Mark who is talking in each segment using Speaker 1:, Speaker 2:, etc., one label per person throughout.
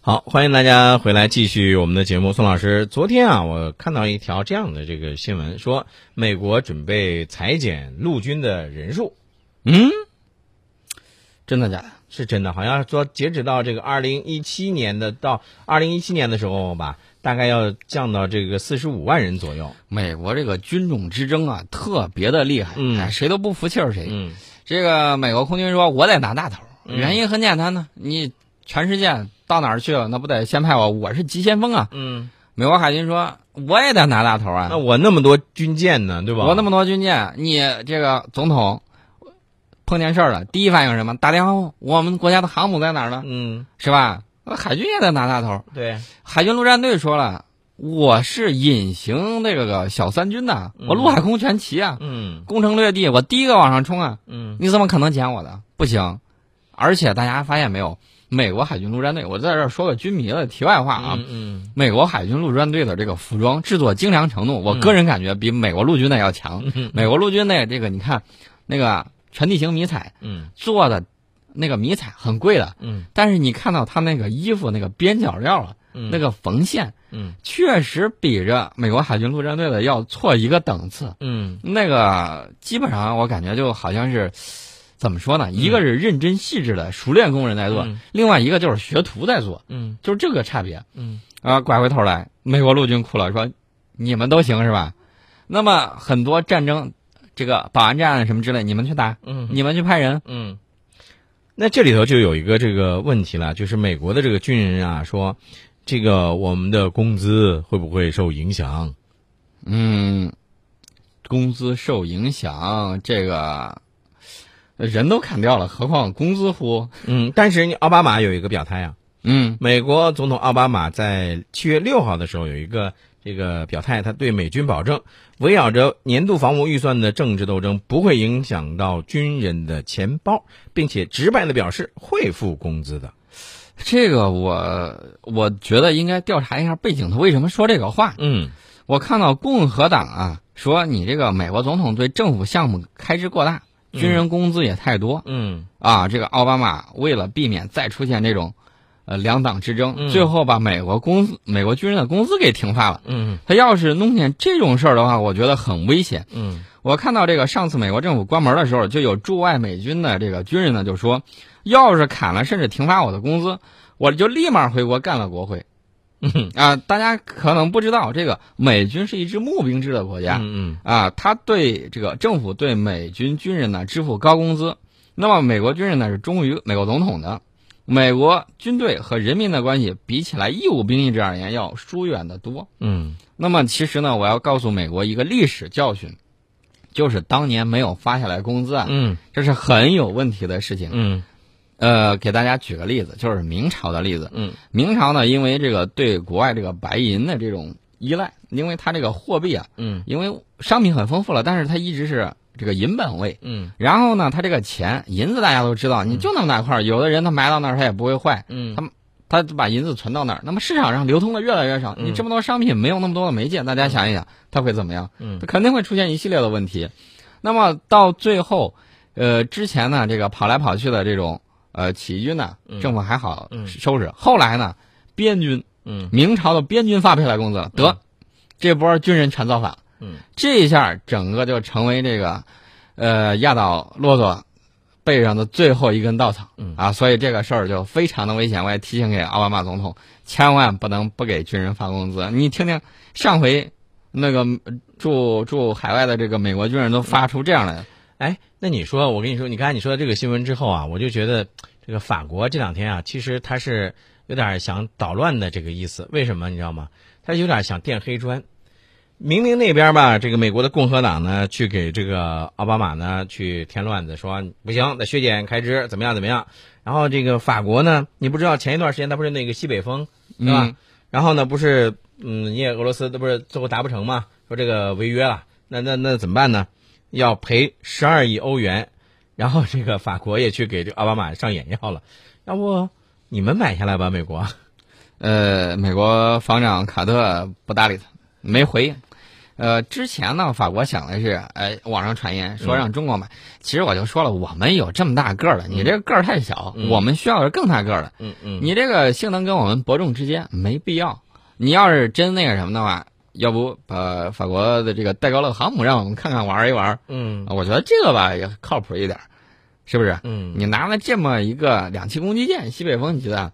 Speaker 1: 好，欢迎大家回来继续我们的节目。宋老师，昨天啊，我看到一条这样的这个新闻，说美国准备裁减陆军的人数，
Speaker 2: 嗯，真的假的？
Speaker 1: 是真的，好像说截止到这个二零一七年的到二零一七年的时候吧，大概要降到这个四十五万人左右。
Speaker 2: 美国这个军种之争啊，特别的厉害，
Speaker 1: 嗯
Speaker 2: 哎，谁都不服气儿谁。
Speaker 1: 嗯
Speaker 2: 这个美国空军说，我得拿大头儿，
Speaker 1: 嗯
Speaker 2: 原因很简单呢，你全世界到哪儿去了，那不得先派我，我是急先锋啊。
Speaker 1: 嗯，
Speaker 2: 美国海军说，我也得拿大头儿啊
Speaker 1: 那，我那么多军舰呢，对吧？
Speaker 2: 我那么多军舰，你这个总统碰见事儿了，第一反应是什么？打电话，我们国家的航母在哪儿呢？
Speaker 1: 嗯，
Speaker 2: 是吧？那海军也得拿大头儿。
Speaker 1: 对，
Speaker 2: 海军陆战队说了，我是隐形这个小三军呐、
Speaker 1: 嗯
Speaker 2: 我陆海空全齐啊，
Speaker 1: 嗯
Speaker 2: 攻城略地，我第一个往上冲啊，
Speaker 1: 嗯
Speaker 2: 你怎么可能减我的？不行！而且大家发现没有，美国海军陆战队，我在这儿说个军迷的题外话啊。
Speaker 1: 嗯嗯，
Speaker 2: 美国海军陆战队的这个服装制作精良程度，我
Speaker 1: 嗯
Speaker 2: 个人感觉比美国陆军的要强。
Speaker 1: 嗯
Speaker 2: 美国陆军的这个，你看，那个全地形迷彩
Speaker 1: 嗯
Speaker 2: 做的，那个迷彩很贵的，
Speaker 1: 嗯
Speaker 2: 但是你看到他那个衣服那个边角料啊，
Speaker 1: 嗯，
Speaker 2: 那个缝线，
Speaker 1: 嗯
Speaker 2: 确实比着美国海军陆战队的要错一个等次。
Speaker 1: 嗯
Speaker 2: 那个基本上我感觉就好像是，怎么说呢？一个是认真细致的熟练工人在做，
Speaker 1: 嗯
Speaker 2: 另外一个就是学徒在做，
Speaker 1: 嗯
Speaker 2: 就是这个差别。
Speaker 1: 嗯
Speaker 2: 啊，拐回头来，美国陆军哭了，说你们都行是吧？那么很多战争，这个保安战啊什么之类，你们去打，
Speaker 1: 嗯。
Speaker 2: 你们去派人，
Speaker 1: 嗯，那这里头就有一个这个问题了，就是美国的这个军人啊，说这个我们的工资会不会受影响？
Speaker 2: 嗯，工资受影响，这个人都砍掉了，何况工资乎？
Speaker 1: 嗯，但是人家奥巴马有一个表态啊，
Speaker 2: 嗯
Speaker 1: 美国总统奥巴马在七月六号的时候有一个这个表态，他对美军保证，围绕着年度防务预算的政治斗争不会影响到军人的钱包，并且直白的表示会付工资的。
Speaker 2: 这个我我觉得应该调查一下背景，他为什么说这个话？
Speaker 1: 嗯
Speaker 2: 我看到共和党啊说你这个美国总统对政府项目开支过大，军人工资也太多，
Speaker 1: 嗯
Speaker 2: 啊，这个奥巴马为了避免再出现这种，呃，两党之争，
Speaker 1: 嗯
Speaker 2: 最后把美国工资、美国军人的工资给停发了。
Speaker 1: 嗯
Speaker 2: 他要是弄点这种事儿的话，我觉得很危险。
Speaker 1: 嗯
Speaker 2: 我看到这个上次美国政府关门的时候，就有驻外美军的这个军人呢就说，要是砍了甚至停发我的工资，我就立马回国干了国会。
Speaker 1: 嗯
Speaker 2: 啊，大家可能不知道，这个美军是一支募兵制的国家，
Speaker 1: 嗯
Speaker 2: 啊，他对这个政府对美军军人呢支付高工资，那么美国军人呢是忠于美国总统的。美国军队和人民的关系比起来，义务兵役制而言要疏远得多。
Speaker 1: 嗯
Speaker 2: 那么其实呢，我要告诉美国一个历史教训，就是当年没有发下来工资啊，
Speaker 1: 嗯
Speaker 2: 这是很有问题的事情。
Speaker 1: 嗯
Speaker 2: 呃，给大家举个例子，就是明朝的例子。
Speaker 1: 嗯
Speaker 2: 明朝呢，因为这个对国外这个白银的这种依赖，因为它这个货币啊
Speaker 1: 嗯
Speaker 2: 因为商品很丰富了，但是它一直是这个银本位。
Speaker 1: 嗯
Speaker 2: 然后呢，它这个钱银子大家都知道，你就那么大块儿，有的人他埋到那儿他也不会坏，
Speaker 1: 嗯
Speaker 2: 他就把银子存到那儿。那么市场上流通的越来越少，
Speaker 1: 嗯
Speaker 2: 你这么多商品没有那么多的媒介，大家想一想，它会怎么样？
Speaker 1: 嗯
Speaker 2: 它肯定会出现一系列的问题。那么到最后，呃，之前呢，这个跑来跑去的这种呃起义军呢，
Speaker 1: 嗯
Speaker 2: 政府还好
Speaker 1: 嗯
Speaker 2: 收拾。后来呢，边军
Speaker 1: 嗯
Speaker 2: 明朝的边军发配来工资了，得、
Speaker 1: 嗯
Speaker 2: 这波军人全造反了。
Speaker 1: 嗯
Speaker 2: 这一下整个就成为这个，呃，压倒骆驼背上的最后一根稻草。
Speaker 1: 嗯
Speaker 2: 啊，所以这个事儿就非常的危险。我也提醒给奥巴马总统，千万不能不给军人发工资。你听听上回那个呃驻驻海外的这个美国军人都发出这样来，
Speaker 1: 哎，那你说，我跟你说，你刚才你说的这个新闻之后啊，我就觉得这个法国这两天啊，其实他是有点想捣乱的这个意思。为什么你知道吗？他有点想垫黑砖。明明那边吧，这个美国的共和党呢，去给这个奥巴马呢去添乱子，说哎不行，得削减开支，怎么样怎么样。然后这个法国呢，你不知道前一段时间他不是那个西北风，对吧？
Speaker 2: 嗯
Speaker 1: 然后呢，不是，嗯，你也俄罗斯，那不是最后达不成嘛？说这个违约了，那那那怎么办呢？要赔十二亿欧元，然后这个法国也去给这个奥巴马上眼药了，要不你们买下来吧，美国。
Speaker 2: 呃，美国防长卡特不搭理他，没回应。呃，之前呢，法国想的是，哎，网上传言说让中国买，其实我就说了，我们有这么大个儿的，你这个个儿太小，
Speaker 1: 嗯
Speaker 2: 我们需要是更大个儿的。
Speaker 1: 嗯嗯，
Speaker 2: 你这个性能跟我们伯仲之间没必要。你要是真那个什么的话，要不把法国的这个戴高乐航母让我们看看玩一玩，
Speaker 1: 嗯
Speaker 2: 我觉得这个吧也靠谱一点儿，是不是？
Speaker 1: 嗯，
Speaker 2: 你拿了这么一个两栖攻击舰西北风，你觉得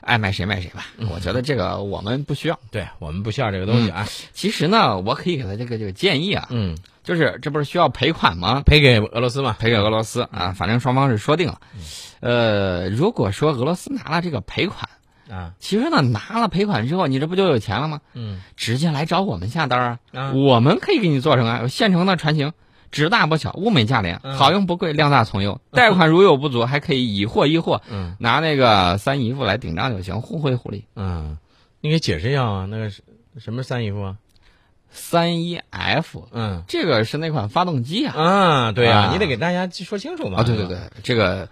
Speaker 2: 爱卖谁卖谁吧？
Speaker 1: 嗯
Speaker 2: 我觉得这个我们不需要。
Speaker 1: 对我们不需要这个东西啊。
Speaker 2: 其实呢，我可以给他这个这个建议啊，
Speaker 1: 嗯，
Speaker 2: 就是这不是需要赔款吗？
Speaker 1: 赔给俄罗斯嘛。
Speaker 2: 赔给俄罗斯啊，反正双方是说定了。
Speaker 1: 嗯
Speaker 2: 呃，如果说俄罗斯拿了这个赔款，
Speaker 1: 啊，
Speaker 2: 其实呢，拿了赔款之后，你这不就有钱了吗？
Speaker 1: 嗯
Speaker 2: 直接来找我们下单啊，
Speaker 1: 啊，
Speaker 2: 我们可以给你做成啊，现成的船型，质大不小，物美价廉，
Speaker 1: 嗯
Speaker 2: 好用 不贵，量大从优。贷款如有不足，还可以以货易 货，
Speaker 1: 嗯
Speaker 2: 拿那个三姨夫来顶账就行，互惠互利。
Speaker 1: 嗯，你给解释一下啊，那个是什么是三姨夫啊？
Speaker 2: 三一 F
Speaker 1: 嗯
Speaker 2: 这个是那款发动机啊，
Speaker 1: 啊，对呀、
Speaker 2: 啊
Speaker 1: 你得给大家说清楚嘛。
Speaker 2: 啊，对对
Speaker 1: 是吧
Speaker 2: 对，这个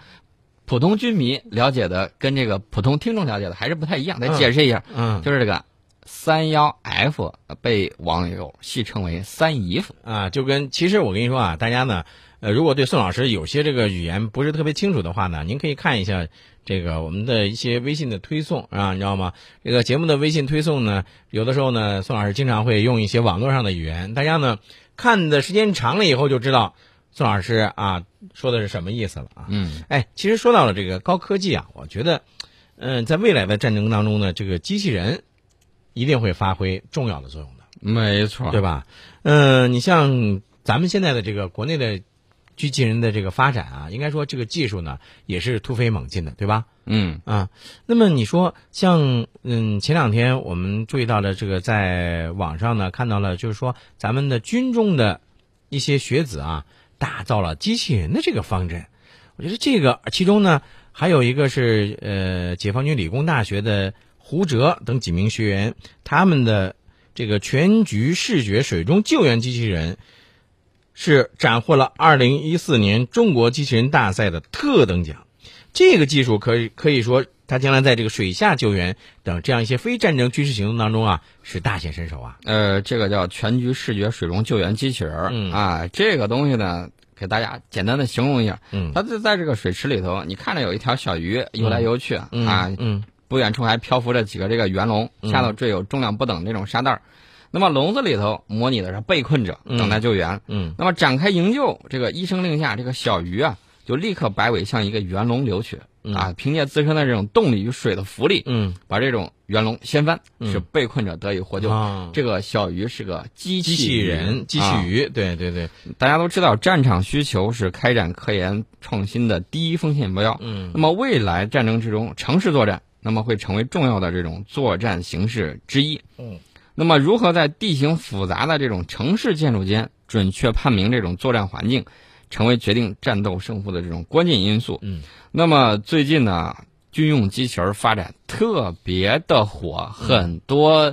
Speaker 2: 普通军迷了解的跟这个普通听众了解的还是不太一样，再
Speaker 1: 嗯
Speaker 2: 解释一下，
Speaker 1: 嗯
Speaker 2: 就是这个三幺 F 被网友戏称为三姨夫。
Speaker 1: 啊，就跟其实我跟你说啊，大家呢，呃，如果对宋老师有些这个语言不是特别清楚的话呢，您可以看一下这个我们的一些微信的推送啊，你知道吗？这个节目的微信推送呢，有的时候呢，宋老师经常会用一些网络上的语言，大家呢看的时间长了以后就知道宋老师啊说的是什么意思了啊。
Speaker 2: 嗯
Speaker 1: 哎，其实说到了这个高科技啊，我觉得，嗯、在未来的战争当中呢，这个机器人一定会发挥重要的作用的，，
Speaker 2: 没错
Speaker 1: 对吧？嗯、你像咱们现在的这个国内的机器人的这个发展啊，应该说这个技术呢也是突飞猛进的，对吧？
Speaker 2: 嗯
Speaker 1: 啊，那么你说像嗯，前两天我们注意到了这个，在网上呢看到了，就是说咱们的军中的一些学子啊，打造了机器人的这个方阵。我觉得这个其中呢，啊还有一个是呃，解放军理工大学的胡哲等几名学员，他们的这个全局视觉水中救援机器人。是斩获了2014年中国机器人大赛的特等奖。这个技术可以可以说，它将来在这个水下救援等这样一些非战争军事行动当中啊，是大显身手啊。
Speaker 2: 呃，这个叫全局视觉水中救援机器人儿、
Speaker 1: 嗯
Speaker 2: 啊，这个东西呢，给大家简单的形容一下，
Speaker 1: 嗯，
Speaker 2: 它就在这个水池里头，你看着有一条小鱼游来游去、
Speaker 1: 嗯
Speaker 2: 啊，
Speaker 1: 嗯
Speaker 2: 不远处还漂浮着几个这个圆笼，下头坠有重量不等这种沙袋儿。那么笼子里头模拟的是被困者
Speaker 1: 嗯
Speaker 2: 等待救援，
Speaker 1: 嗯
Speaker 2: 那么展开营救，这个一声令下，这个小鱼啊就立刻摆尾向一个圆笼流去、
Speaker 1: 嗯
Speaker 2: 啊，凭借自身的这种动力与水的浮力，
Speaker 1: 嗯，
Speaker 2: 把这种圆笼掀翻，
Speaker 1: 嗯
Speaker 2: 使被困者得以获救。
Speaker 1: 啊
Speaker 2: 这个小鱼是个机
Speaker 1: 机器人、机器
Speaker 2: 鱼
Speaker 1: 鱼，对对对，
Speaker 2: 啊大家都知道，战场需求是开展科研创新的第一风险目标。
Speaker 1: 嗯
Speaker 2: 那么未来战争之中，城市作战那么会成为重要的这种作战形式之一。
Speaker 1: 嗯，
Speaker 2: 那么如何在地形复杂的这种城市建筑间准确判明这种作战环境，成为决定战斗胜负的这种关键因素。
Speaker 1: 嗯，
Speaker 2: 那么最近呢，军用机器人发展特别的火，很多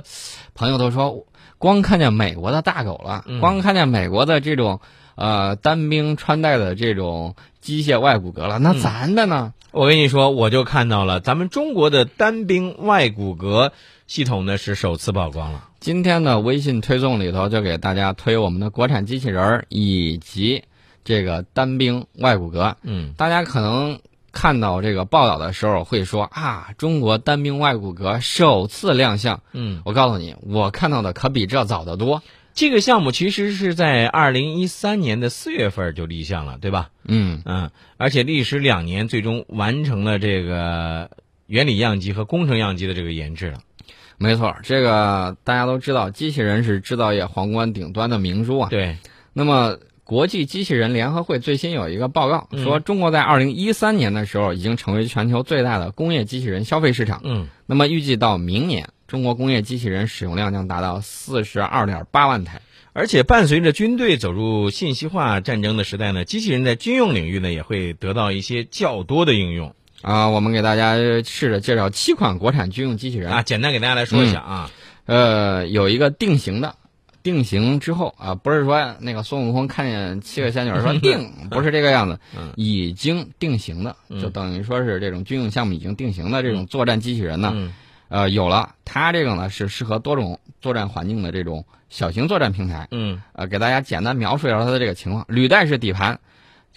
Speaker 2: 朋友都说，光看见美国的大狗了，
Speaker 1: 嗯
Speaker 2: 光看见美国的这种呃单兵穿戴的这种机械外骨骼了，
Speaker 1: 嗯
Speaker 2: 那咱的呢？
Speaker 1: 我跟你说，我就看到了咱们中国的单兵外骨骼系统呢是首次曝光了。
Speaker 2: 今天的微信推送里头就给大家推我们的国产机器人儿以及这个单兵外骨骼。
Speaker 1: 嗯
Speaker 2: 大家可能看到这个报道的时候会说啊，中国单兵外骨骼首次亮相。
Speaker 1: 嗯，
Speaker 2: 我告诉你，我看到的可比这早得多。
Speaker 1: 这个项目其实是在二零一三年的四月份就立项了，对吧？
Speaker 2: 嗯，
Speaker 1: 嗯，而且历时两年，最终完成了这个原理样机和工程样机的这个研制了。
Speaker 2: 没错，这个大家都知道，机器人是制造业皇冠顶端的明珠啊。
Speaker 1: 对，
Speaker 2: 那么，国际机器人联合会最新有一个报告
Speaker 1: 嗯
Speaker 2: 说，中国在二零一三年的时候已经成为全球最大的工业机器人消费市场。
Speaker 1: 嗯
Speaker 2: 那么预计到明年，中国工业机器人使用量将达到四十二点八万台。
Speaker 1: 而且伴随着军队走入信息化战争的时代呢，机器人在军用领域呢也会得到一些较多的应用
Speaker 2: 啊，我们给大家试着介绍七款国产军用机器人。
Speaker 1: 啊。简单给大家来说一下啊，
Speaker 2: 呃，有一个定型的，定型之后啊，不是说那个孙悟空看见七个仙女儿 说定，不是这个样子
Speaker 1: 嗯，
Speaker 2: 已经定型的，就等于说是这种军用项目已经定型的这种作战机器人呢，
Speaker 1: 嗯
Speaker 2: 呃有了，它这个呢是适合多种作战环境的这种小型作战平台。
Speaker 1: 嗯
Speaker 2: 呃，给大家简单描述一下它的这个情况。履带式底盘，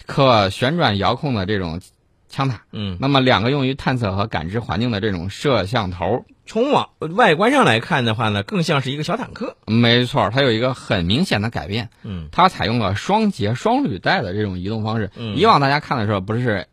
Speaker 2: 可旋转遥控的这种枪塔，
Speaker 1: 嗯，
Speaker 2: 那么两个用于探测和感知环境的这种摄像头。
Speaker 1: 从网外观上来看的话呢，更像是一个小坦克。
Speaker 2: 没错儿，它有一个很明显的改变，
Speaker 1: 嗯
Speaker 2: 它采用了双节双履带的这种移动方式。
Speaker 1: 嗯
Speaker 2: 以往大家看的时候不是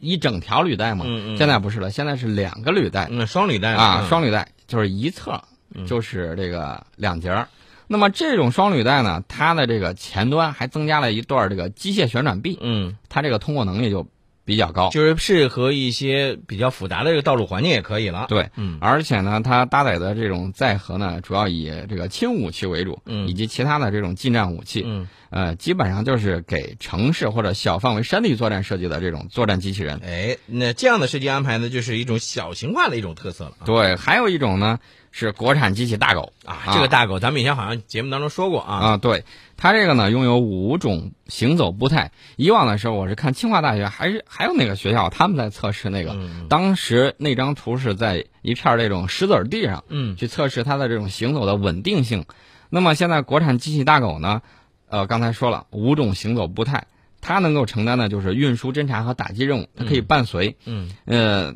Speaker 2: 一整条履带吗？
Speaker 1: 嗯嗯，
Speaker 2: 现在不是了，现在是两个履带、
Speaker 1: 嗯双履带
Speaker 2: 啊，
Speaker 1: 嗯
Speaker 2: 双履带就是一侧、
Speaker 1: 嗯
Speaker 2: 就是这个两节儿。那么这种双履带呢，它的这个前端还增加了一段这个机械旋转臂，
Speaker 1: 嗯，
Speaker 2: 它这个通过能力就比较高。
Speaker 1: 就是适合一些比较复杂的这个道路环境也可以了。
Speaker 2: 对，
Speaker 1: 嗯
Speaker 2: 而且呢，它搭载的这种载荷呢，主要以这个轻武器为主，
Speaker 1: 嗯
Speaker 2: 以及其他的这种近战武器，
Speaker 1: 嗯，
Speaker 2: 呃，基本上就是给城市或者小范围山地作战设计的这种作战机器人。
Speaker 1: 哎，那这样的设计安排呢，就是一种小型化的一种特色了啊。
Speaker 2: 对，还有一种呢是国产机器大狗
Speaker 1: 啊，这个大狗，咱们以前好像节目当中说过啊。
Speaker 2: 啊，对，它这个呢拥有五种行走步态。以往的时候，我是看清华大学还是还有哪个学校他们在测试那个，
Speaker 1: 嗯
Speaker 2: 当时那张图是在一片儿这种石子儿地上。
Speaker 1: 嗯
Speaker 2: 去测试它的这种行走的稳定性。那么现在国产机器大狗呢，呃，刚才说了五种行走步态，它能够承担的就是运输、侦察和打击任务，它可以伴随。
Speaker 1: 嗯
Speaker 2: 呃，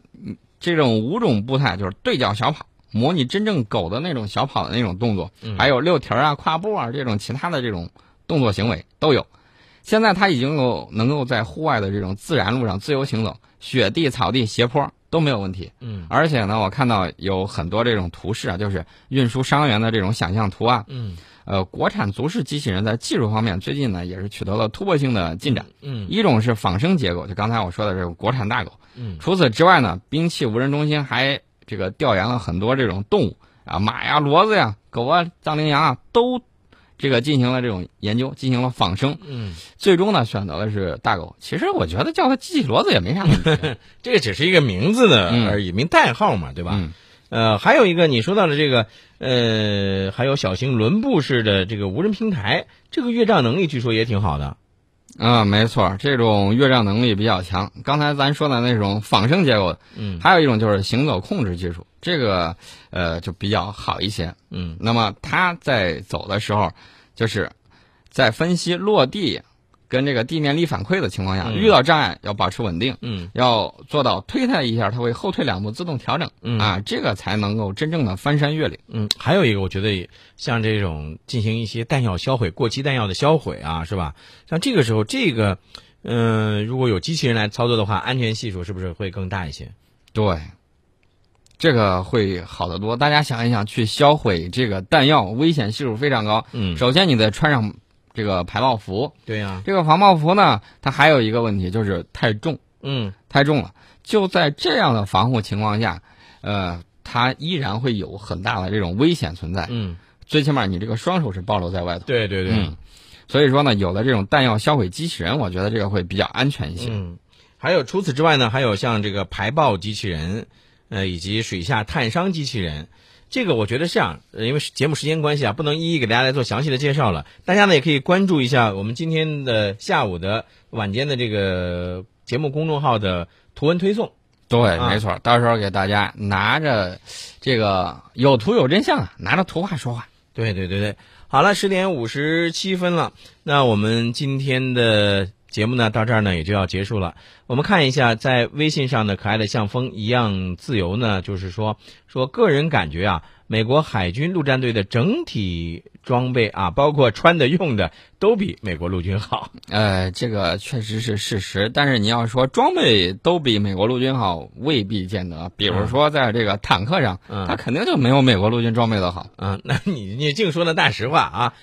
Speaker 2: 这种五种步态就是对角小跑，模拟真正狗的那种小跑的那种动作，
Speaker 1: 嗯
Speaker 2: 还有遛蹄儿啊、跨步啊这种其他的这种动作行为都有。现在它已经够能够在户外的这种自然路上自由行走，雪地、草地、斜坡都没有问题。
Speaker 1: 嗯
Speaker 2: 而且呢，我看到有很多这种图示啊，就是运输伤员的这种想象图啊。
Speaker 1: 嗯
Speaker 2: 呃，国产足式机器人在技术方面最近呢也是取得了突破性的进展。
Speaker 1: 嗯
Speaker 2: 一种是仿生结构，就刚才我说的这个国产大狗。
Speaker 1: 嗯
Speaker 2: 除此之外呢，兵器无人中心还这个调研了很多这种动物啊，马呀、骡子呀、狗啊、藏羚羊啊，都这个进行了这种研究，进行了仿生，
Speaker 1: 嗯，
Speaker 2: 最终呢选择的是大狗。其实我觉得叫它机器骡子也没啥问题，
Speaker 1: 这个只是一个名字的
Speaker 2: 嗯
Speaker 1: 而已，名代号嘛，对 吧？
Speaker 2: 嗯
Speaker 1: 呃，还有一个你说到的这个，呃，还有小型轮步式的这个无人平台，这个越障能力据说也挺好的。
Speaker 2: 啊、没错儿，这种越障能力比较强。刚才咱说的那种仿生结构的，
Speaker 1: 嗯
Speaker 2: 还有一种就是行走控制技术，这个呃就比较好一些。
Speaker 1: 嗯
Speaker 2: 那么它在走的时候，就是在分析落地跟这个地面力反馈的情况下，
Speaker 1: 嗯
Speaker 2: 遇到障碍要保持稳定，
Speaker 1: 嗯
Speaker 2: 要做到推它一下，它会后退两步自动调整、
Speaker 1: 嗯
Speaker 2: 啊，这个才能够真正的翻山越岭。
Speaker 1: 嗯，还有一个我觉得像这种进行一些弹药销毁、过期弹药的销毁啊，是吧？像这个时候，这个，嗯、如果有机器人来操作的话，安全系数是不是会更大一些？
Speaker 2: 对，这个会好得多。大家想一想，去销毁这个弹药，危险系数非常高。
Speaker 1: 嗯，
Speaker 2: 首先，你得穿上这个排爆服。
Speaker 1: 对呀、
Speaker 2: 这个防爆服呢，它还有一个问题就是太重，
Speaker 1: 嗯
Speaker 2: 太重了。就在这样的防护情况下，呃，它依然会有很大的这种危险存在。
Speaker 1: 嗯，
Speaker 2: 最起码你这个双手是暴露在外头。
Speaker 1: 对对对，
Speaker 2: 嗯，所以说呢，有了这种弹药销毁机器人，我觉得这个会比较安全一些。
Speaker 1: 嗯，还有除此之外呢，还有像这个排爆机器人，呃，以及水下探伤机器人。这个我觉得是这样，呃因为是节目时间关系啊，不能一一给大家来做详细的介绍了。大家呢也可以关注一下我们今天的下午的晚间的这个节目公众号的图文推送。
Speaker 2: 对，
Speaker 1: 啊
Speaker 2: 没错，到时候给大家拿着这个有图有真相啊，拿着图画说话。
Speaker 1: 对对对对，好了，十点五十七分了，那我们今天的节目呢，到这儿呢也就要结束了。我们看一下，在微信上的可爱的像风一样自由呢，就是说说个人感觉啊，美国海军陆战队的整体装备啊，包括穿的用的，都比美国陆军好。
Speaker 2: 呃，这个确实是事实，但是你要说装备都比美国陆军好，未必见得。比如说在这个坦克上，
Speaker 1: 嗯
Speaker 2: 它肯定就没有美国陆军装备的好。
Speaker 1: 啊，那你你净说那大实话啊。